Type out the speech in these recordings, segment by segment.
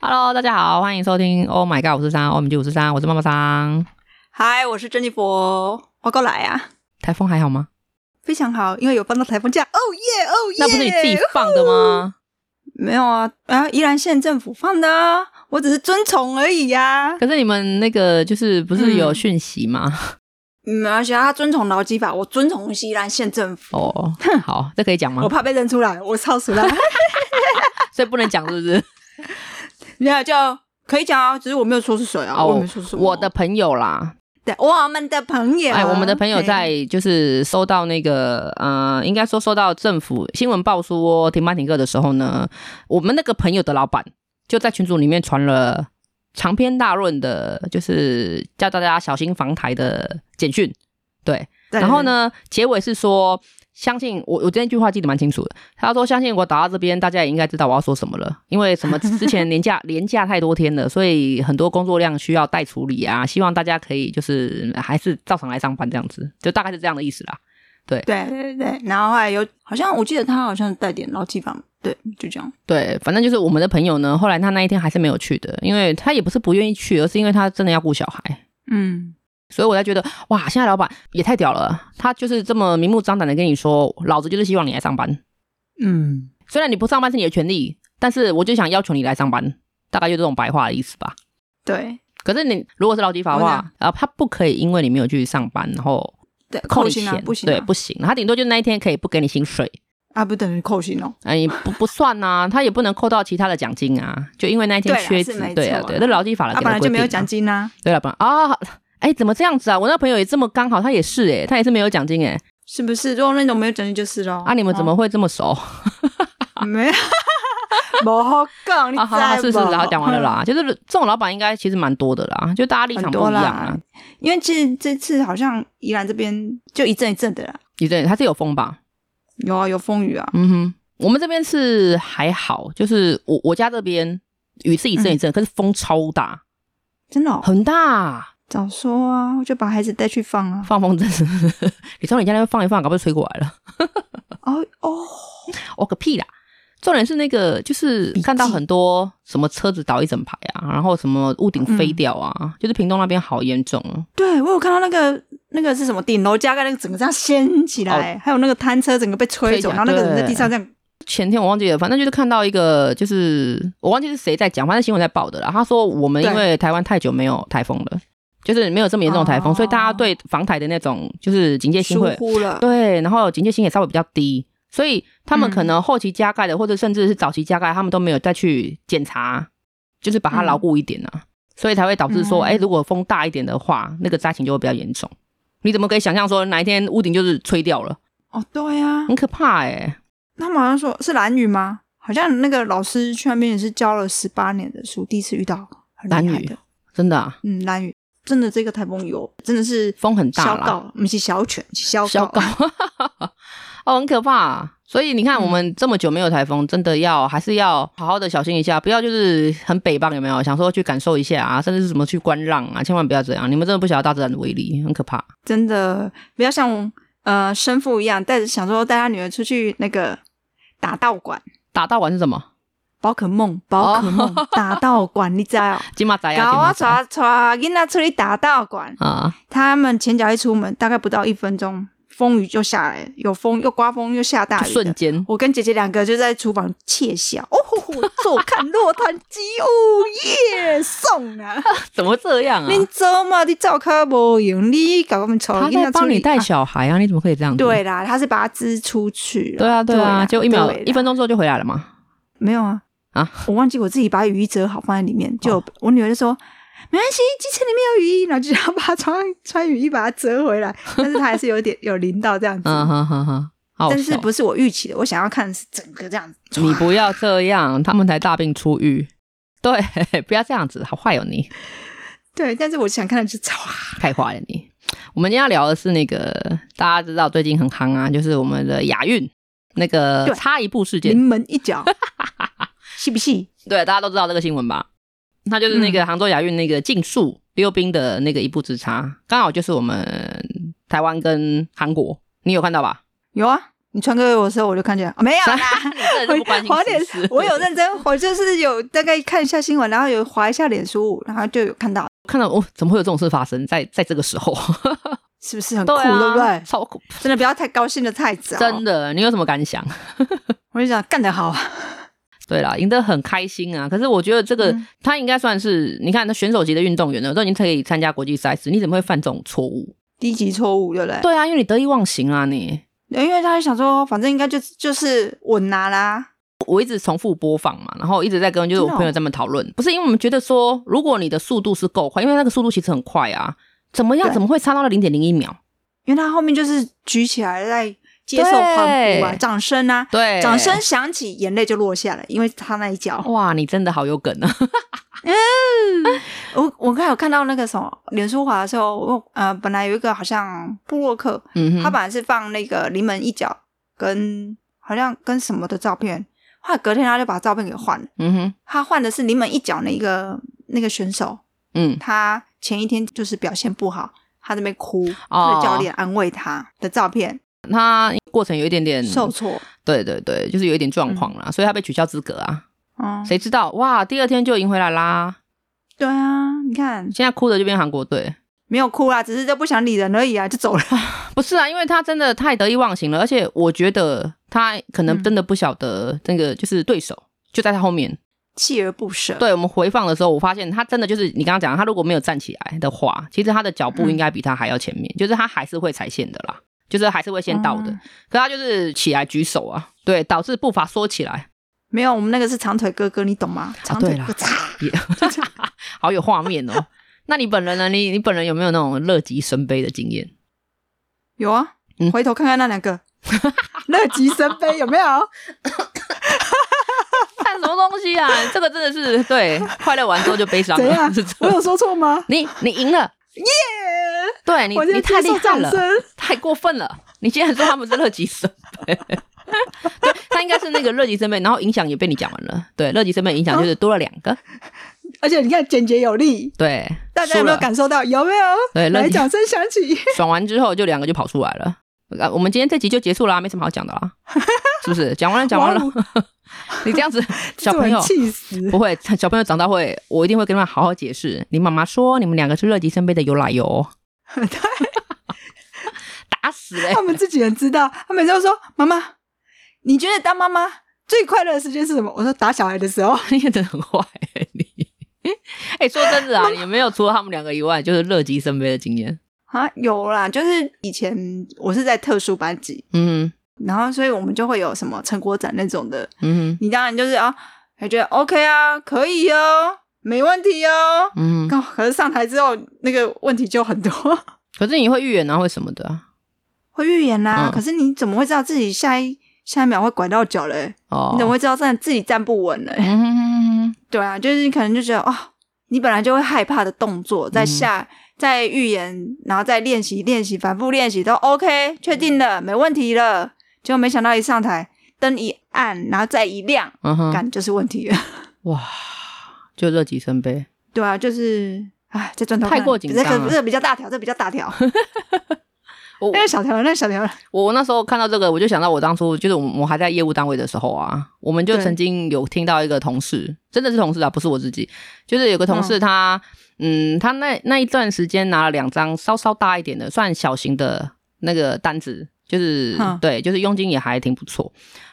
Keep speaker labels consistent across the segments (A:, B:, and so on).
A: Hello，大家好，欢迎收听。Oh my god，我是三，Oh my god，我是三，我是妈妈桑。
B: 嗨，我是珍妮佛，我过来啊，
A: 台风还好吗？
B: 非常好，因为有放到台风假。哦耶，哦耶，
A: 那不是你自己放的吗？
B: 没有啊，啊，宜兰县政府放的啊，我只是遵从而已呀、啊。
A: 可是你们那个就是不是有讯息吗？
B: 嗯，而且他遵从劳基法，我遵从宜兰县政府。
A: 哦，好，这可以讲 吗
B: 我？怕被认出来，我超熟了，
A: 所以不能讲是不是？
B: 没有就可以讲啊，只是我没有说是谁啊，我也没说是什么
A: 哦我的朋友啦，
B: 对我们的朋友，啊
A: 哎，我们的朋友
B: 嘿
A: 在就是收到那个呃，应该说收到政府新闻报说停班停课的时候呢，我们那个朋友的老板就在群组里面传了长篇大论的，就是叫大家小心防台的简讯。对，
B: 对
A: 然后？呢，结尾是说。相信我，我这句话记得蛮清楚的。他说：“相信我打到这边，大家也应该知道我要说什么了，因为什么之前年假年假太多天了，所以很多工作量需要待处理啊。希望大家可以就是还是照常来上班这样子，就大概是这样的意思啦。
B: 对对对对，然后后来有，好像我记得他好像带点劳基法，对，就这样。
A: 对，反正就是我们的朋友呢，后来他那一天还是没有去的，因为他也不是不愿意去，而是因为他真的要顾小孩。
B: 嗯，
A: 所以我才觉得，哇，现在老板也太屌了，他就是这么明目张胆的跟你说，老子就是希望你来上班。
B: 嗯，
A: 虽然你不上班是你的权利，但是我就想要求你来上班，大概就这种白话的意思吧。
B: 对
A: 可是你如果是劳基法的
B: 我
A: 话，啊，他不可以因为你没有去上班，然后
B: 对，
A: 扣
B: 扣
A: 你
B: 薪
A: 钱，
B: 啊，不行啊，
A: 对，不行。他顶多就那一天可以不给你薪水，
B: 啊，不等于扣薪哦。
A: 哎，不不算呐、他也不能扣到其他的奖金啊，就因为那一天
B: 对啦
A: 缺
B: 是
A: 职
B: 没，
A: 对啊，
B: 错啊
A: 对，那劳基法了，
B: 啊，本来就没有奖
A: 金。
B: 金啦、
A: 对了，本来啊，哎，怎么这样子啊？我那朋友也这么刚好，他也是哎、他也是没有奖金哎、
B: 是不是？如果那种没有奖金就是咯。
A: 啊，你们怎么会这么熟？
B: 哦没有？ 没好讲，你
A: 啊，好好，
B: 知
A: 是是是，
B: 不嗯
A: 好，讲完了。啦。就是这种老板应该其实蛮多的啦，就大家立场
B: 很
A: 不
B: 多
A: 一样啊
B: 啦。，因为其实这次好像宜兰这边就一阵一阵的啦，
A: 你对，他是有风吧？
B: 有啊，有风雨啊，
A: 嗯哼，我们这边是还好，就是我我家这边雨是一阵一阵，可是风超大，
B: 真的、哦。
A: 很大，
B: 早说啊，我就把孩子带去放啊。
A: 放风筝。你从你家那边放一放，搞不好就吹过来了。
B: 哦哦，
A: 我个屁啦！重点是那个，就是看到很多什么车子倒一整排啊，然后什么屋顶飞掉啊，就是屏东那边好严重哦。
B: 对我有看到那个那个是什么顶楼加盖那个整个这样掀起来，还有那个摊车整个被吹
A: 哦吹起
B: 走，
A: 来
B: 然后那个人在地上这样。
A: 前天我忘记了，反正就是看到一个，就是我忘记是谁在讲，反正新闻在报的啦。他说我们因为台湾太久没有台风了，就是没有这么严重的台风，
B: 哦
A: 所以大家对防台的那种就是警戒心
B: 疏
A: 会
B: 忽啊了，
A: 对，然后警戒心也稍微比较低，所以他们
B: 嗯
A: 可能后期加盖的，或者甚至是早期加盖，他们都没有再去检查，就是把它牢固一点啊，所以才会导致说，
B: 嗯
A: 哎、如果风大一点的话，那个灾情就会比较严重。你怎么可以想象说哪一天屋顶就是吹掉了，
B: 哦，对呀、啊
A: 很，可怕哎、
B: 他们好像说是蓝雨吗？好像那个老师去那边也是教了十八年的书，第一次遇到很厉害
A: 蓝
B: 的。
A: 真的、啊，
B: 嗯，蓝雨真的这个台风有真的是
A: 风很大
B: 小
A: 啦。
B: 搞，嗯不是小犬，是小
A: 小
B: 搞
A: 狗， 哦，很可怕、所以你看，我
B: 嗯
A: 们这么久没有台风，真的要还是要好好的小心一下，不要就是很北棒有没有？想说去感受一下啊，甚至是什么去观浪啊，千万不要这样。你们真的不晓得大自然的威力，很可怕。
B: 真的不要像呃生父一样，带着想说带他女儿出去那个打道馆，
A: 打到完是什么？
B: 宝可梦，宝可 梦、打道馆，你知道哦？
A: 金马仔哦哎呀，
B: 搞啊，
A: 金马仔
B: 抓抓，囡仔出去打道馆，
A: 啊！
B: 他们前脚一出门，大概不到一分钟，风雨就下来了，有风又刮风又下大啊
A: 就
B: 雨，
A: 瞬。间，
B: 我跟姐姐两个就在厨房窃笑，哦吼吼，坐看落汤鸡，哦耶，送啊！
A: 怎么会这样啊？
B: 恁做嘛，你照卡无用，你搞我们吵，
A: 他
B: 囡
A: 在
B: 仔
A: 帮
B: 出
A: 你
B: 去
A: 带
B: 啊
A: 小孩啊，你怎么可以这样子？
B: 对啦，他是把它支出去了。
A: 对啊，对啊，
B: 啦
A: 就一秒
B: 对啦
A: 一分钟之后就回来了嘛。
B: 没有啊
A: 啊！哦
B: 我忘记我自己把雨衣折好放在里面，就有我女儿就说没关系，机车里面有雨衣，然后就要把它穿穿雨衣把它折回来，但是它还是有点有淋到这样子。
A: 嗯哼哼哼，好
B: 但是
A: 笑。
B: 不是我预期的，我想要看是整个这样子。
A: 你不要这样，他们才大病初愈。 对， 不要这样子，好坏哦你。
B: 对，但是我想看的就是啊哇，
A: 太坏了你！我们今天要聊的是那个大家知道最近很夯啊，就是我们的亚运那个
B: 对
A: 差一步事件，
B: 临门 一脚，是不是？
A: 对，大家都知道这个新闻吧？那就是那
B: 嗯
A: 个杭州亚运那个竞速溜冰的那个一步之差，刚好就是我们台湾跟韩国，你有看到吧？
B: 有啊，你传给我的时候，我就看见啊，没有啦。
A: 你真的是不关心
B: 滑
A: 时
B: 脸
A: 事，，
B: 我有认真， 我就是有大概看一下新闻，然后有划一下脸书，然后就有看到，
A: 看到哦，怎么会有这种事发生在在这个时候？
B: 是不是很酷，
A: 对
B: 对啊
A: 啊，
B: 不对？
A: 超酷，
B: 真的不要太高兴的太早，
A: 真的，你有什么感想？
B: 我就想干得好啊，
A: 对啦，赢得很开心啊！可是我觉得这个、
B: 嗯
A: 他应该算是，你看那选手级的运动员呢，都已经可以参加国际赛事，你怎么会犯这种错误？
B: 低级错误，对不对？
A: 对啊，因为你得意忘形啊你！
B: 因为他就想说，反正应该就就是稳拿啦，
A: 我一直重复播放嘛，然后一直在跟就是我
B: 真的哦
A: 朋友在们讨论，不是因为我们觉得说，如果你的速度是够快，因为那个速度其实很快啊，怎么样
B: 对
A: 怎么会差到了零点零一秒？
B: 因为他后面就是举起来在接受欢呼啊，
A: 对
B: 掌声啊，
A: 对，
B: 掌声响起，眼泪就落下了，因为他那一脚。
A: 哇，你真的好有梗啊！
B: 我我刚才有看到那个什么脸书滑的时候，我呃本来有一个好像布洛克，
A: 嗯哼，
B: 他本来是放那个临门一脚跟好像跟什么的照片，后来隔天他就把照片给换了，
A: 嗯哼，
B: 他换的是临门一脚那一个那个选手，
A: 嗯，
B: 他前一天就是表现不好，他在那边哭，
A: 哦
B: 那个教练安慰他的照片
A: 他过程有一点点
B: 受，挫，
A: 对对对，就是有一点状况啦，所以他被取消资格啊。
B: 嗯，
A: 谁知道哇，第二天就赢回来啦！
B: 对啊，你看
A: 现在哭的就变韩国队，
B: 没有哭啊，只是就不想理人而已啊，就走了。
A: 不是啊，因为他真的太得意忘形了，而且我觉得他可能
B: 嗯
A: 真的不晓得那个就是对手。就在他后面，
B: 锲而不舍，
A: 对我们回放的时候，我发现他真的就是你刚刚讲的，他如果没有站起来的话，其实他的脚步应该比他还要前面，就是他还是会踩线的啦，就是还是会先到的。
B: 嗯
A: 可他就是起来举手啊，对，导致步伐缩起来，
B: 没有我们那个是长腿哥哥，你懂吗？长腿
A: 啊对啦
B: 哥哥，
A: 也 好有画面哦。那你本人呢？你你本人有没有那种乐极生悲的经验？
B: 有啊
A: 嗯，
B: 回头看看那两个 乐极生悲有没 有？
A: 看什么东西啊？ 这个真的是对，快乐完之后就悲伤
B: 怎
A: 了，
B: 样
A: 是这？
B: 我有说错吗？
A: 你你赢了，
B: 耶！
A: 对你
B: 我现
A: 你
B: 在
A: 太
B: 接
A: 厉
B: 受
A: 害
B: 掌
A: 了，
B: 声。
A: 太过分了！你竟然说他们是乐极生悲， 对，他应该是那个乐极生悲，然后影响也被你讲完了。对，乐极生悲影响就是多了两个，
B: 而且你看简洁有力，
A: 对，
B: 大家有没有
A: 输了
B: 感受到？有没有？
A: 对乐
B: 来
A: 极
B: 掌声响起。
A: 爽完之后就两个就跑出来了。啊，我们今天这集就结束啊啦，没什么好讲的啦，是不是？讲完了，讲完了。 你这样子，小朋友
B: 哦这种人气死。
A: 不会，小朋友长大会，我一定会跟他们好好解释。你妈妈说你们两个是乐极生悲的由来 哟， 打死欸嘞、
B: 他们自己人知道，他每次都说：“妈妈，你觉得当妈妈最快乐的时间是什么？”我说：“打小孩的时候。
A: 你也真的很坏、你。 哎、说真的啊，你有没有除了他们两个以外，就是乐极生悲的经验？”
B: 啊，有啦，就是以前我是在特殊班级，
A: 嗯
B: 然后所以我们就会有什么成果展那种的，
A: 嗯
B: 你当然就是啊，还觉得 OK 啊，可以哦，没问题哦。
A: 嗯，
B: 刚好可是上台之后，那个问题就很多，
A: 可是你会预言啊，会什么的啊、
B: 会预言啦、
A: 嗯
B: 可是你怎么会知道自己下一下一秒会拐到脚嘞？
A: 哦，
B: 你怎么会知道站自己站不稳嘞？
A: 嗯
B: 对啊，就是可能就觉得哦，你本来就会害怕的动作，
A: 嗯
B: 在下、在预言，然后再练习练习，反复练习都 OK，确定了，没问题了。结果没想到一上台，灯一暗，然后再一亮，
A: 嗯哼，
B: 感、就是问题了。
A: 哇，就乐极生悲。
B: 对啊，就是哎，这砖头
A: 太
B: 看
A: 过紧张
B: 这个
A: 了
B: 这个比较大条，这比较大 条，
A: 我
B: 那个小条，那个小条，
A: 我我那时候看到这个，我就想到我当初就是我们我还在业务单位的时候啊，我们就
B: 对
A: 曾经有听到一个同事，真的是同事啊，不是我自己，就是有个同事他，嗯他那那一段时间拿了两张稍稍大一点的，算小型的那个单子，就是、
B: 嗯
A: 对，就是佣金也还挺不错。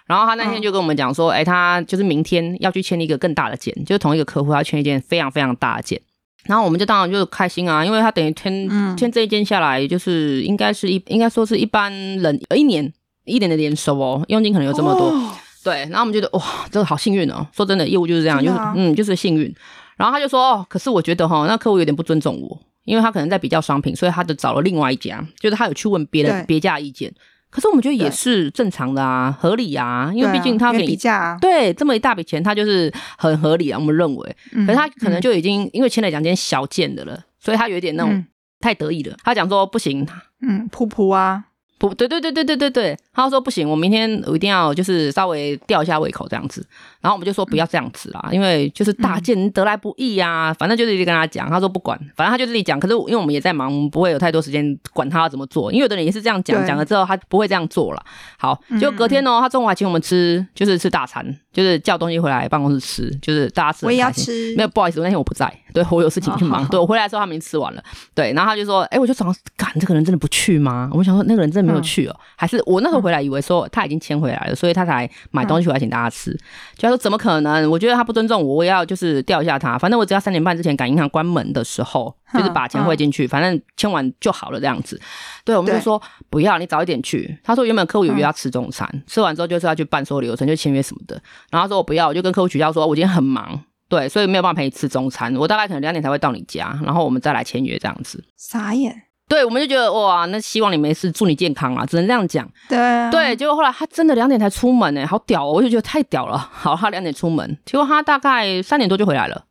A: 然后他那天就跟我们讲说，哎、他就是明天要去签一个更大的件，就是同一个客户要签一件非常非常大的件。然后我们就当然就开心啊，因为他等于签
B: 嗯
A: 签这一间下来，就是应该是一应该说是一般人呃一年一年的年收哦，佣金可能有这么多。
B: 哦
A: 对，然后我们觉得哇，这个好幸运哦。说真的，业务就是这样，就
B: 真
A: 是
B: 的啊
A: 嗯，就是幸运。然后他就说哦，可是我觉得哈，那客户有点不尊重我，因为他可能在比较商品，所以他就找了另外一家，就是他有去问别人
B: 对
A: 别家意见。可是我们觉得也
B: 对
A: 是正常的啊，合理啊，因
B: 对
A: 为
B: 啊
A: 毕竟他
B: 因
A: 给
B: 为比
A: 你
B: 价啊，
A: 对这么一大笔钱，他就是很合理啊，我们认为。
B: 可
A: 可是他可能就已经、因为签了两间小件的了，所以他有一点那种
B: 嗯
A: 太得意了。他讲说不行，
B: 嗯噗噗啊，
A: 不，对对对对对对对，他说不行，我明天我一定要就是稍微吊一下胃口这样子，然后我们就说不要这样子啦，因为就是大件得来不易啊，反正就是一直跟他讲，他说不管，反正他就自己讲，可是我因为我们也在忙，我们不会有太多时间管他要怎么做，因为有的人也是这样讲，
B: 对
A: 讲了之后他不会这样做啦。好，就隔天哦，他中午还请我们吃，就是吃大餐，就是叫东西回来办公室吃，就是大家吃，
B: 我也要。吃，
A: 没有，不好意思，那天我不在，对我有事情去忙。
B: 哦
A: 对我回来的时候，他们已经吃完了。对，然后他就说：“哎、我就想，干这个人真的不去吗？”我想说，那个人真的没有去哦，还是我那时候回来以为说他已经签回来了，所以他才买东西回来请大家吃。就他说怎么可能？我觉得他不尊重我，我也要就是吊一下他。反正我只要三点半之前赶银行关门的时候，
B: 嗯
A: 就是把钱汇进去，反正签完就好了这样子。对，我们就
B: 对嗯
A: 说不要，你早一点去。他说原本客户有约他吃中餐，吃完之后就是要去办所有流程，就签约什么的。然后他说我不要，我就跟客户取消说，我今天很忙，对，所以没有办法陪你吃中餐，我大概可能两点才会到你家，然后我们再来签约这样子。
B: 傻眼，
A: 对，我们就觉得哇，那希望你没事，祝你健康啊，只能这样讲。
B: 对啊
A: 对，结果后来他真的两点才出门呢、好屌哦！我就觉得太屌了。好，他两点出门，结果他大概三点多就回来了，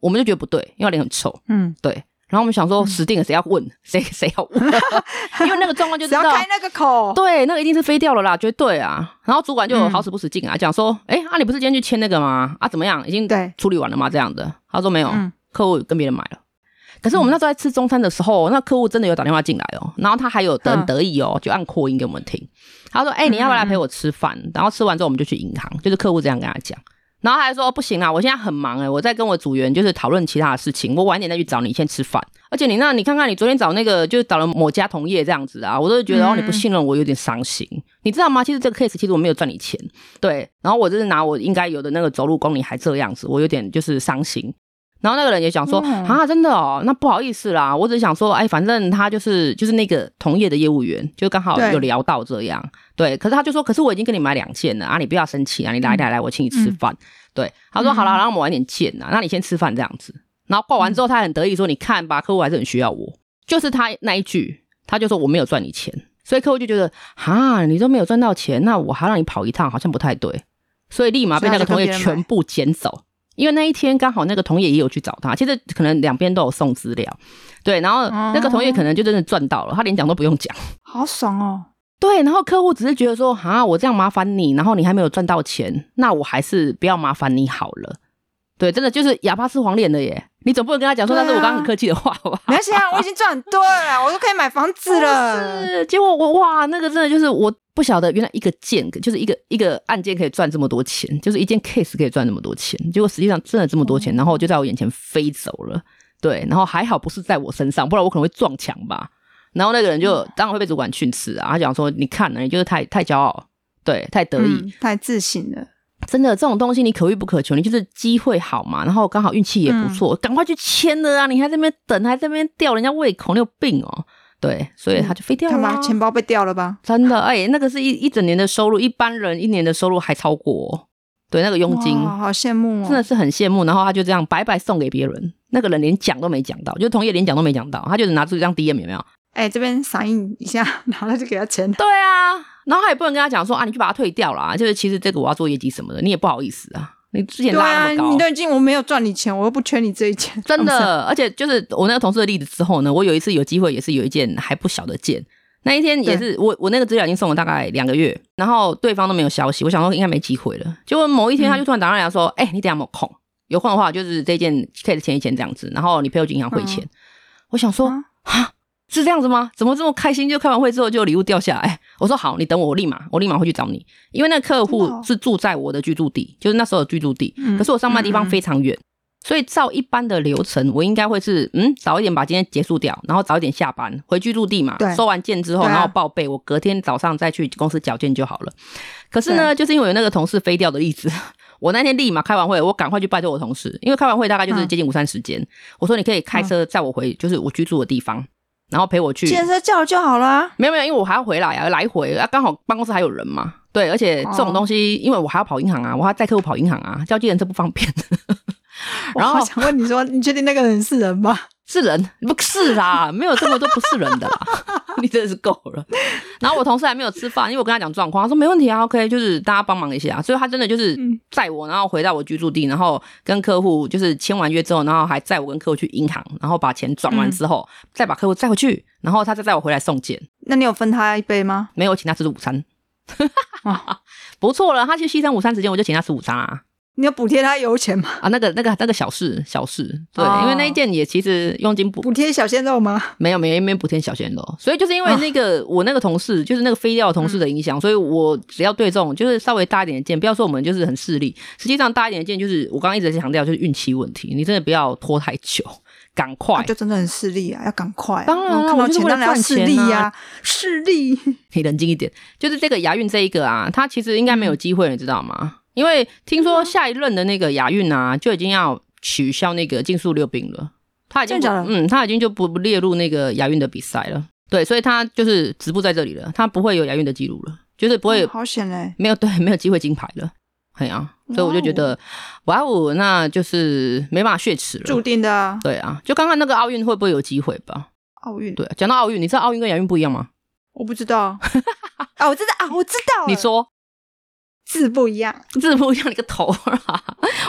A: 我们就觉得不对，因为他脸很臭。
B: 嗯，
A: 对，然后我们想说死定了，谁要问谁谁要问， 因为那个状况就
B: 只
A: 知
B: 要
A: 道
B: 开那个口，
A: 对，那个一定是飞掉了啦，绝对啊。然后主管就有
B: 哦嗯
A: 好死不死进来讲说，哎、啊你不是今天去签那个吗？啊怎么样，已经
B: 对
A: 处理完了吗？这样的，他说没有，
B: 嗯
A: 客户跟别人买了。可是我们那时候在吃中餐的时候，那客户真的有打电话进来哦，然后他还有很
B: 嗯
A: 得意哦，就按扩音给我们听。他说：“哎、你要不要来陪我吃饭？”然后吃完之后我们就去银行，就是客户这样跟他讲。然后他还说：“不行啊，我现在很忙哎、我在跟我组员就是讨论其他的事情，我晚一点再去找你，先吃饭。而且你那，你看看你昨天找那个就是找了某家同业这样子啊，我都觉得哦
B: 嗯
A: 你不信任我有点伤心，你知道吗？其实这个 case 其实我没有赚你钱，对。然后我就是拿我应该有的那个走路工，你还这样子，我有点就是伤心。然后那个人也想说、
B: 嗯
A: 啊，真的哦，那不好意思啦，我只是想说，哎，反正他就是就是那个同业的业务员，就刚好
B: 对
A: 有聊到这样，对。可是他就说，可是我已经跟你买两件了啊，你不要生气啊，你来来来，我请你吃饭。对，他说
B: 嗯
A: 好了，那我们晚点见呐，那你先吃饭这样子。然后挂完之后，他很得意说，你看吧，客户还是很需要我，就是他那一句，他就说我没有赚你钱，所以客户就觉得哈，你都没有赚到钱，那我还让你跑一趟，好像不太对，所以立马被那个同业
B: 啊所以他就跟别
A: 全
B: 人买
A: 部捡走。因为那一天刚好那个同业也有去找他，其实可能两边都有送资料，对，然后那个同
B: 哦
A: 业可能就真的赚到了，他连讲都不用讲，
B: 好爽哦，
A: 对，然后客户只是觉得说，啊，我这样麻烦你，然后你还没有赚到钱，那我还是不要麻烦你好了，对，真的就是哑巴吃黄连的耶，你总不能跟他讲说，
B: 对
A: 但
B: 啊
A: 是我刚刚很客气的话吧。
B: 没关系啊，我已经赚很多了啦，我都可以买房子了，
A: 哦是，结果我哇，那个真的就是我不晓得，原来一个件就是一个一个案件可以赚这么多钱，就是一件 case 可以赚这么多钱，结果实际上真的这么多钱，然后就在我眼前飞走了。对，然后还好不是在我身上，不然我可能会撞墙吧。然后那个人就当然会被主管训斥啊，他讲说你看呢、你就是太太骄傲，对，太得意，
B: 嗯，太自信了，
A: 真的这种东西你可遇不可求，你就是机会好嘛，然后刚好运气也不错，赶、快去签了啊！你还在那边等，还在那边吊人家胃口，你有病哦！对，所以他就飞掉
B: 干
A: 了啊、
B: 嘛？钱包被掉了吧？
A: 真的，哎、那个是一一整年的收入，一般人一年的收入还超过、哦，对，那个佣金
B: 哇好羡慕哦，
A: 真的是很羡慕。然后他就这样白白送给别人，那个人连讲都没讲到，就同业连讲都没讲到，他就只拿出一张 DM 有没有？
B: 哎，这边赏印一下， 然后就给他钱。
A: 对啊，然后他也不能跟他讲说啊，你去把它退掉啦，就是其实这个我要做业绩什么的，你也不好意思啊，你之前
B: 对
A: 拉
B: 啊，
A: 那么高，
B: 你都已经我没有赚你钱，我又不缺你这一钱，
A: 真
B: 是不是。
A: 的，而且就是我那个同事的例子之后呢，我有一次有机会也是有一件还不小的件，那一天也是我我那个资料已经送了大概两个月，然后对方都没有消息，我想说应该没机会了。结果某一天他就突然打电话来说：“
B: 嗯
A: 哎、你等一下有没有空？有空的话就是这件 case 签一签这样子，然后你陪我去银行汇钱。我想说
B: 嗯啊
A: 啊，是这样子吗？怎么这么开心？就开完会之后就有礼物掉下来？哎我说好，你等我，我立马我立马会去找你，因为那个客
B: 真的
A: 户
B: 哦
A: 是住在我的居住地，就是那时候的居住地，
B: 嗯
A: 可是我上班的地
B: 嗯
A: 方
B: 嗯
A: 非常远。所以照一般的流程，我应该会是嗯早一点把今天结束掉，然后早一点下班回居住地嘛
B: 对，
A: 收完件之后，
B: 对啊
A: 然后报备，我隔天早上再去公司缴件就好了。可是呢，就是因为有那个同事飞掉的例子， 我那天立马开完会，我赶快去拜托我同事，因为开完会大概就是
B: 嗯
A: 接近午餐时间，我说你可以开车载我回就是我居住的地方，然后陪我去
B: 计程车叫了就好啦。
A: 没有没有，因为我还要回来啊，来回啊，刚好办公室还有人嘛。对，而且
B: 哦
A: 这种东西，因为我还要跑银行啊，我还要载客户跑银行啊，叫计程车不方便。然
B: 我
A: 后
B: 好 想问你说，你确定那个人是人吗？
A: 是人不是啦，没有这么多不是人的啦。 你真的是够了。然后我同事还没有吃饭，因为我跟他讲状况，他说没问题啊，OK，就是大家帮忙一下。啊所以他真的就是
B: 嗯
A: 载我，然后回到我居住地，然后跟客户就是签完约之后，然后还载我跟客户去银行，然后把钱转完之后，
B: 嗯
A: 再把客户载回去，然后他再载我回来送件。
B: 那你有分他一杯吗？
A: 没有我请他吃午餐
B: 哇，
A: 不错了。他去西餐午餐时间，我就请他吃午餐啊。
B: 你有补贴他油钱吗？
A: 啊，那个那个那个小事小事，对，
B: 哦
A: 因为那一件也其实佣金不
B: 补贴小鲜肉吗？
A: 没有没有，因为补贴小鲜肉，所以就是因为那个、我那个同事，就是那个飞掉的同事的影响，所以我只要对这种就是稍微大一点的件，不要说我们就是很势利，实际上大一点的件就是我刚刚一直在强调就是运气问题，你真的不要拖太久，赶快。
B: 啊就真的很势利啊，要赶快啊、
A: 哎当然啊
B: 看到
A: 我就是
B: 钱
A: 为了
B: 当然要
A: 赚
B: 势
A: 钱
B: 利
A: 啊
B: 呀、势利。
A: 你冷静一点，就是这个亚运这一个啊，他其实应该
B: 嗯
A: 没有机会了，你知道吗？因为听说下一任的那个亚运啊，就已经要取消那个竞速溜冰了，他已经不
B: 真的假的
A: 嗯，他已经就不不列入那个亚运的比赛了。对，所以他就是止步在这里了，他不会有亚运的记录了，就是不会、
B: 哦 好险嘞！
A: 没有 对没有机会金牌了。哎呀、所以我就觉得，哇哦，那就是没办法血耻
B: 注
A: 了。
B: 定的啊
A: 对啊，就刚刚那个奥运会不会有机会吧？
B: 奥运，
A: 对，啊讲到奥运，你知道奥运跟亚运不一样吗？
B: 我不 知道啊，我知道啊，我知道了，
A: 你说
B: 字不一样，
A: 字幕像你个头啊！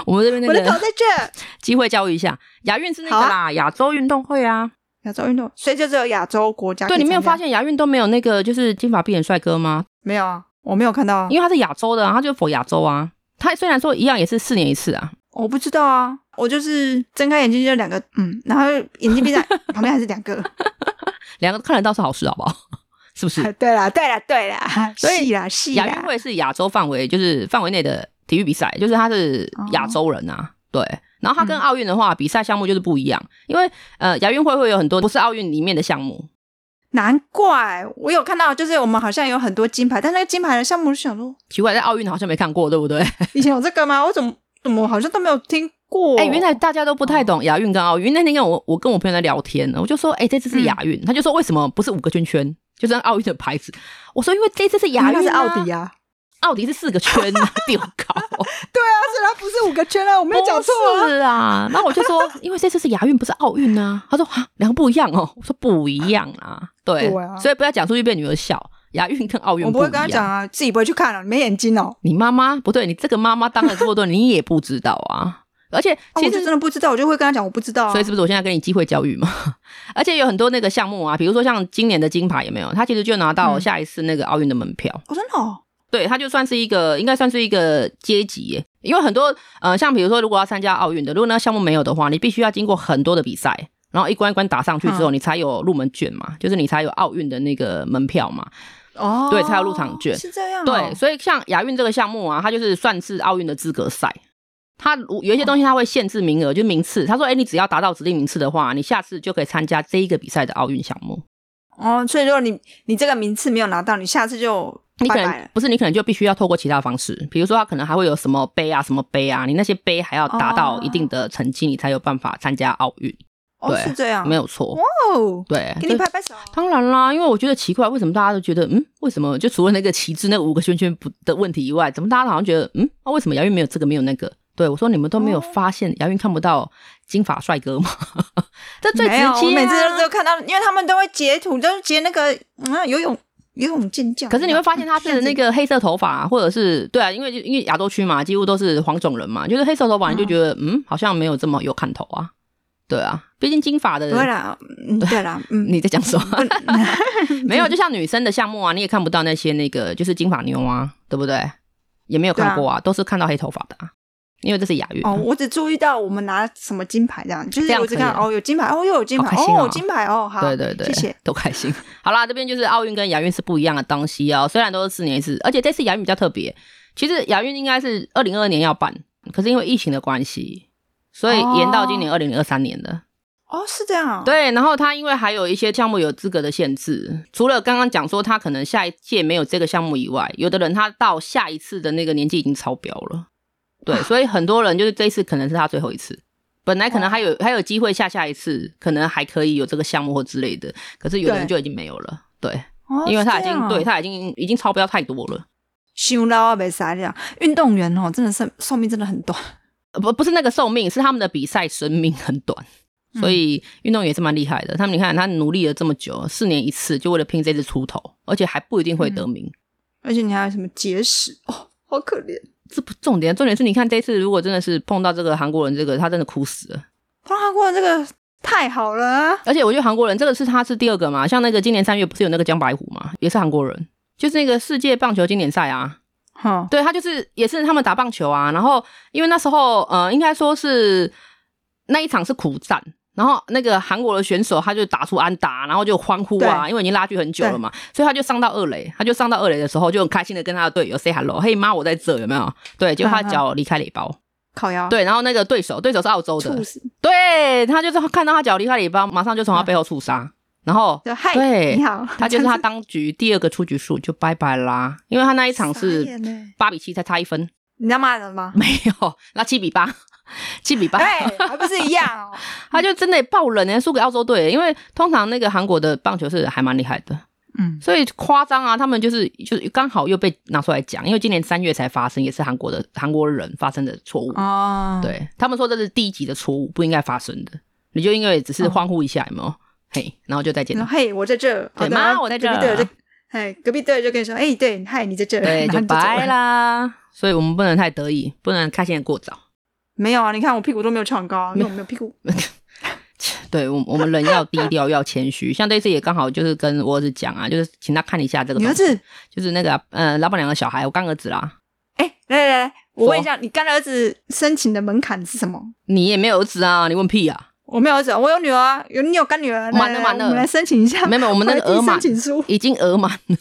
A: 我们这边那
B: 我的头
A: 个
B: 在这。
A: 机会教育一下，亚运是那个
B: 好啊
A: 啦，亚、洲运动会啊。
B: 亚洲运动，所以就只有亚洲国家。
A: 对，你没有发？现亚运都没有那个就是金发碧眼帅哥吗？
B: 没有啊，我没有看到啊，
A: 因为他是亚洲的、啊，他就否亚洲啊。他虽然说一样也是四年一次啊，
B: 我不知道啊，我就是睁开眼睛就两个，嗯，然后眼睛 闭上，旁边还是两个。
A: 两个看得到是好事，好不 好？是不是？
B: 对啦，对啦，对啦，
A: 所以
B: 戏啦，戏
A: 亚运
B: 啦，
A: 会是亚洲范围，就是范围内的体育比赛，就是他是亚洲人啊，对。然后他跟
B: 哦嗯
A: 奥运的话，比赛项目就是不一样，因为呃，亚运会会有很多不是奥运里面的项目，
B: 难怪我有看到，就是我们好像有很多金牌，但那个金牌的项目，我就想说，
A: 奇怪，在奥运好像没看过，对不对？
B: 以前有这个吗？我怎么怎么好像都没有听过？哦
A: 哎、原来大家都不太懂亚运跟奥运。那天跟我我跟我朋友在聊天，我就说，哎、这次是
B: 嗯
A: 亚运，他就说为什么不是五个圈圈，就是奥运的牌子？我说因为这次是亚
B: 亚
A: 运、
B: 运
A: 啊，
B: 是奥迪啊，
A: 奥迪是四个 圈、啊，丢搞，
B: 对啊，所以它不是五个圈啊，我没有讲错啊。
A: 不是啊。然后我就说，因为这次是亚运，不是奥运啊。他说啊，两个不一样哦。我说不一样啊，对，
B: 对啊
A: 所以不要讲出去被女儿笑。亚运跟奥运
B: 我不
A: 一
B: 会
A: 样。
B: 跟他讲啊，自己不会去看了、你没眼睛哦。
A: 你妈妈不对，你这个妈妈当了这么多，年，你也不知道啊。而且
B: 啊
A: 其
B: 我
A: 实、
B: 就真的不知道，我就会跟他讲我不知道、啊。
A: 所以是不是我现在跟你机会教育嘛？ 而且有很多那个项目啊，比如说像今年的金牌有没有？他其实就拿到
B: 嗯
A: 下一次那个奥运的门票，
B: 哦，真的、哦，
A: 对，他就算是一个，应该算是一个阶级耶。因为很多呃，像比如说如果要参加奥运的，如果那个项目没有的话，你必须要经过很多的比赛。然后一关一关打上去之后，你才有入门券嘛，就是你才有奥运的那个门票嘛。
B: 哦，
A: 对才有入场券
B: 是这样、哦。
A: 对，所以像亚运这个项目啊，它就是算是奥运的资格赛。它如有一些东西它会限制名额，就是名次。他说：“哎、你只要达到指定名次的话，你下次就可以参加这一个比赛的奥运项目。
B: 哦，所以如果你你这个名次没有拿到，你下次就
A: 你可
B: 拜
A: 能
B: 拜了。
A: 不是，你可能就必须要透过其他方式，比如说他可能还会有什么杯啊、什么杯啊，你那些杯还要达到一定的成绩，你才有办法参加奥运。
B: 哦，
A: 对
B: 是这样。
A: 没
B: 有
A: 有错，
B: 哦，
A: 对，
B: 给你
A: 就
B: 拍拍手。
A: 当然啦，因为我觉得奇怪，为什么大家都觉得嗯，为什么就除了那个旗帜那五个圈圈不的问题以外，怎么大家好像觉得嗯，啊、为什么姚韵没有这个没有那个？对我说你们都没有
B: 哦
A: 发现姚韵看不到金发帅哥吗？ 这最直
B: 没
A: 接、
B: 有，
A: 啊。
B: 我每次都只有看到，因为他们都会截图，就是截那个嗯游泳游泳健将。
A: 可是你会发现他
B: 这样
A: 是
B: 子
A: 那个黑色头发、或者是对啊，因为因为亚洲区嘛，几乎都是黄种人嘛，就是黑色头发，你就觉得、嗯，好像没有这么有看头啊。对啊，毕竟金发的
B: 不会啦，嗯，对啦， 嗯，
A: 你在讲什么？
B: 不
A: 没有，就像女生的项目啊，你也看不到那些那个就是金发妞啊，对不对？也没有看过啊，都是看到黑头发的、啊，因为这是亚运、啊
B: 哦，我只注意到我们拿什么金牌这样，就是
A: 这样
B: 我只看
A: 可以啊
B: 哦有金牌，哦又有金
A: 好
B: 牌，
A: 开心哦
B: 哦金牌哦，好，
A: 对对对，
B: 谢谢。
A: 都开心。好啦，这边就是奥运跟亚运是不一样的东西哦，虽然都是四年一次，而且这次亚运比较特别。其实亚运应该是二零二二年要办，可是因为疫情的关系，所以延到今年二零二三年的。
B: 哦，是这样哦，
A: 对，然后他因为还有一些项目有资格的限制，除了刚刚讲说他可能下一届没有这个项目以外，有的人他到下一次的那个年纪已经超标了，
B: 啊
A: 对，所以很多人就是这一次可能是他最后一 次，本来可能还
B: 哦
A: 有还有机会下下一次，可能还可以有这个项目或之类的，可是有的人
B: 对
A: 就已经没有了，对，
B: 哦
A: 因为他已经、对
B: 他
A: 他已经已经超标太多了。
B: 修到啊，没啥这样。运动员哦，真的是寿命真的很短
A: 呃不不是那个寿命，是他们的比赛生命很短，所以运动员也是蛮厉害的。他们你看，他努力了这么久，四年一次，就为了拼这次出头，而且还不一定会得名。
B: 而且你还有什么结石哦，好可怜。
A: 这不重点，重点是你看这次如果真的是碰到这个韩国人，这个他真的哭死了。
B: 碰到韩国人这个太好了啊、
A: 而且我觉得韩国人这个是他是第二个嘛，像那个今年三月不是有那个江白虎嘛，也是韩国人，就是那个世界棒球经典赛啊，
B: 哈，
A: 对他就是也是他们打棒球啊，然后因为那时候呃，应该说是那一场是苦战。然后那个韩国的选手他就打出安打，然后就欢呼啊，
B: 对
A: 因为已经拉锯很久了嘛，所以他就上到二垒，他就上到二垒的时候就很开心的跟他的队友 say hello，嘿妈我在这有没有？对，结果他
B: 嗯嗯
A: 脚离开垒包，
B: 烤鸭，，
A: 对，然后那个对手对手是澳洲的
B: 猝，死。
A: 对他就是看到他脚离开垒包，马上就从他背后触杀，然后
B: 嗯就嗨，
A: 对
B: 你好，
A: 他就是他当局第二个出局数就拜拜啦，因为他那一场
B: 傻
A: 是
B: 眼欸
A: 八比七才差一分，
B: 你知道骂人吗？
A: 没有，那七比八， 七比八，
B: 对，还不是一样 哦。
A: 他就真的爆冷欸，输给澳洲队欸，因为通常那个韩国的棒球是还蛮厉害的，
B: 嗯，
A: 所以夸张啊，他们就是就是刚好又被拿出来讲，因为今年三月才发生，也是韩国的韩国人发生的错误，
B: 哦，，
A: 对他们说这是第一级的错误，不应该发生的，你就因为只是欢呼一下，有没有？嘿，然后就再见
B: 你 说
A: 了。
B: 嘿，我在这儿，
A: 对
B: 哦
A: 妈
B: 然后
A: 我在这儿啊
B: 隔壁队友就，哎，隔壁队友就跟你说，哎，对，嗨，你在这儿，
A: 对，
B: 然后
A: 就
B: 你走
A: 拜
B: 了。
A: 啦。所以我们不能太得意，不能开心的过早。
B: 没有啊，你看我屁股都没有长高，因
A: 没
B: 为
A: 有
B: 我没有屁股。
A: 对我，我们人要低调，要谦虚。像这次也刚好就是跟我儿子讲啊，就是请他看一下这个
B: 你
A: 东
B: 儿
A: 西，
B: 子，
A: 就是那个啊呃老板娘的小孩，我干儿子啦。
B: 哎，来来来，我问一下，你干儿子申请的门槛是什么？
A: 你也没有儿子啊，你问屁 啊！
B: 我没有儿子，我有女儿啊，有你有干女儿，来
A: 完了
B: 来
A: 完了
B: 我们来申请一下。
A: 没有没有我们那个
B: 快递
A: 额满
B: 申请书，
A: 已经额满 了，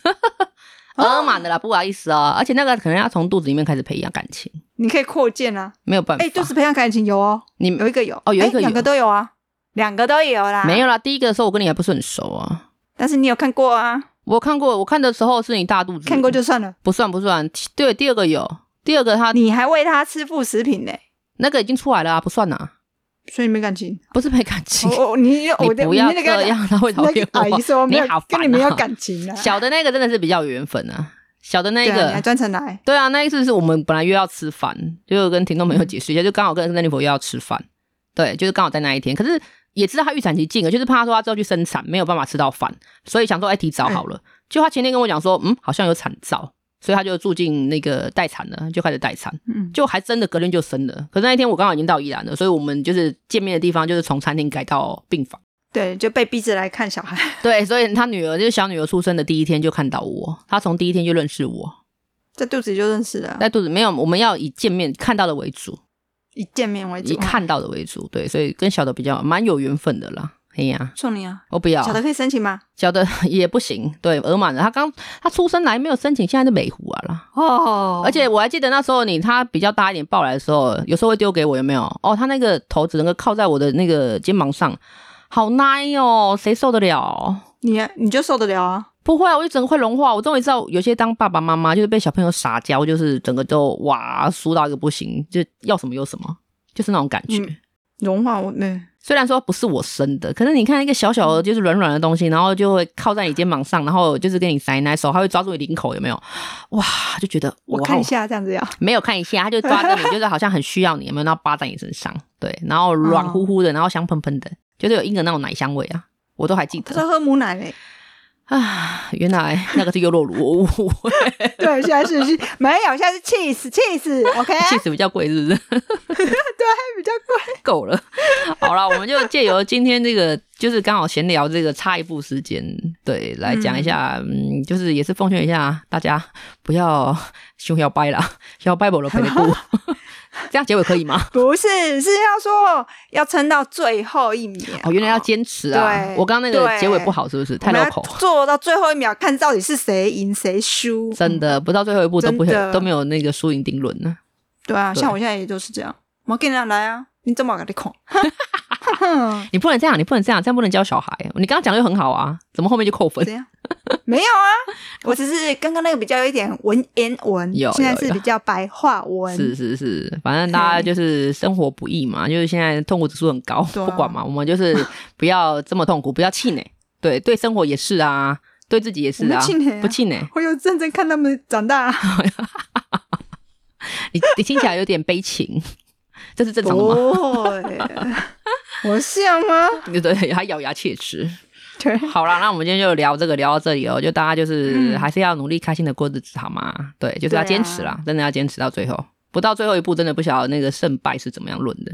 B: 哦
A: 额满的啦，不好意思啊。而且那个可能要从肚子里面开始培养感情，
B: 你可以扩建啊。
A: 没有办法。
B: 哎，就是培养感情有哦，
A: 你
B: 有一个有，
A: 哦有一
B: 哎
A: 个有
B: 两个都有啊，两个都有啦。
A: 没有啦，第一个的时候我跟你还不是很熟啊。
B: 但是你有看过啊？
A: 我看过，我看的时候是你大肚子，
B: 看过就算了，
A: 不算不算。对，第二个有，第二个他
B: 你还喂他吃副食品呢，
A: 那个已经出来了啊，不算呐、
B: 所以没感情。
A: 不是没感情。
B: 我我你 哦
A: 你
B: 我的
A: 不要
B: 你那个
A: 这样，他会讨
B: 那
A: 厌
B: 个阿姨
A: 我。
B: 说没 有
A: 你好烦
B: 跟你没有
A: 啊
B: 感情啊。
A: 小的那个真的是比较有缘分啊，小的那
B: 对啊，你还
A: 个。
B: 专程来，
A: 对啊，那一次是我们本来约要吃饭，就跟听众朋友解释一下，就刚好跟珍妮佛约要吃饭，对，就是刚好在那一天。可是也知道她预产期近了，就是怕她说她之后去生产没有办法吃到饭，所以想说哎提早好了。就她前天跟我讲说，嗯，好像有产兆，所以她就住进那个待产了，就开始待产。
B: 嗯，
A: 就还真的隔天就生了。可是那一天我刚好已经到宜兰了，所以我们就是见面的地方就是从餐厅改到病房。
B: 对，就被逼着来看小孩，
A: 对，所以他女儿就是小女儿出生的第一天就看到我，她从第一天就认识我。
B: 在肚子里就认识了，
A: 在肚子没有，我们要以见面看到的为主，
B: 一见面为
A: 以
B: 主。啊
A: 看到的为主。对，所以跟小的比较蛮有缘分的啦。哎呀，
B: 送你啊，
A: 我不要
B: 小的可以申请吗？
A: 小的 也不行，对，额满了。他刚他出生来没有申请，现在是美湖啊啦。
B: 哦
A: 而且我还记得那时候你他比较大一点抱来的时候，有时候会丢给我，有没有？哦，他那个头只能够靠在我的那个肩膀上，好奶哦，谁受得了？
B: 你你就受得了啊，
A: 不会啊，我就整个会融化。我终于知道，有些当爸爸妈妈就是被小朋友撒娇，就是整个都哇输到一个不行，就要什么有什么，就是那种感觉。
B: 嗯融化我那
A: 虽然说不是我生的，可是你看一个小小的，就是软软的东西，然后就会靠在你肩膀上，然后就是跟你塞奶手，还会抓住你领口，有没有？哇，就觉得
B: 我
A: 哇
B: 看一下这样子要，
A: 没有看一下，他就抓着你，就是好像很需要你，有没有？然后扒在你身上，对，然后软乎乎的，然后香喷喷的，就是有婴儿那种奶香味啊，我都还记
B: 他
A: 得
B: 说喝母奶嘞，
A: 啊。原来那个是优酪乳，我误会，
B: 对，现在是是没有，现在是 cheese cheese，OK，
A: 气死比较贵，是 不是？
B: 比较贵，
A: 够了，好了，我们就借由今天这个，就是刚好闲聊这个差一步时间，对，来讲一下，嗯就是也是奉劝一下大家，不要胸摇掰啦，要掰我了赔 不，这样结尾可以吗？
B: 不是是要说要撑到最后一秒，
A: 哦，原来要坚持啊！
B: 对
A: 我刚刚那个
B: 对
A: 结尾不好，是不是太
B: 我们要
A: local？
B: 做到最后一秒，看到底是谁赢谁输，
A: 真的，不到最后一步都不会
B: 真的
A: 都没有那个输赢定论呢。
B: 对啊，
A: 对
B: 像我现在也就是这样，我跟你讲来啊，你怎么给你恐？
A: 你不能这样，你不能这样，这样不能教小孩。你刚刚讲的就很好啊，怎么后面就扣分
B: 怎？样？没有啊， 我只是刚刚那个比较有一点文言文，
A: 有
B: 现在
A: 有
B: 是
A: 有
B: 比较白话文，
A: 是是是，反正大家就是生活不易嘛，就是现在痛苦指数很高，
B: 对啊
A: 不管嘛，我们就是不要这么痛苦，不要气馁。对，对生活也是啊，对自己也是
B: 我
A: 啊，
B: 不气馁啊
A: 不气馁。
B: 我有认真看他们长大，
A: 你你听起来有点悲情，这是正常的吗？
B: 对，哦我像吗？
A: 对，还咬牙切齿。
B: 对，
A: 好啦，那我们今天就聊这个，聊到这里哦。就大家就是
B: 嗯
A: 还是要努力开心的过日子，好吗？对，就是
B: 对
A: 要
B: 啊
A: 坚持啦，真的要坚持到最后。不到最后一步，真的不晓得那个胜败是怎么样论的。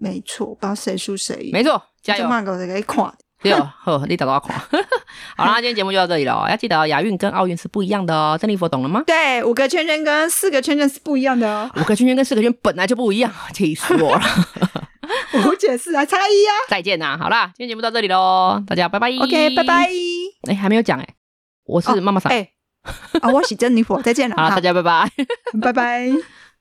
B: 没错，不知道谁输谁赢。
A: 没错，加油
B: 就！骂狗的给垮。
A: 对哦，呵，你打到狂。 好啦，那今天节目就到这里了哦。要记得哦亚运跟奥运是不一样的哦。珍妮佛懂了吗？
B: 对，五个圈圈跟四个圈圈是不一样的 哦。
A: 五个圈圈跟四个圈本来就不一样，气死我了。
B: 我解释啊，差异啊。
A: 再见呐！好啦，今天节目到这里喽，大家拜拜。
B: OK，拜拜。。
A: 哎，还没有讲哎，我是妈妈桑。
B: 哎，啊，我是珍妮佛，再见了
A: 好啦，大
B: 哈，
A: 家拜拜。
B: 拜拜。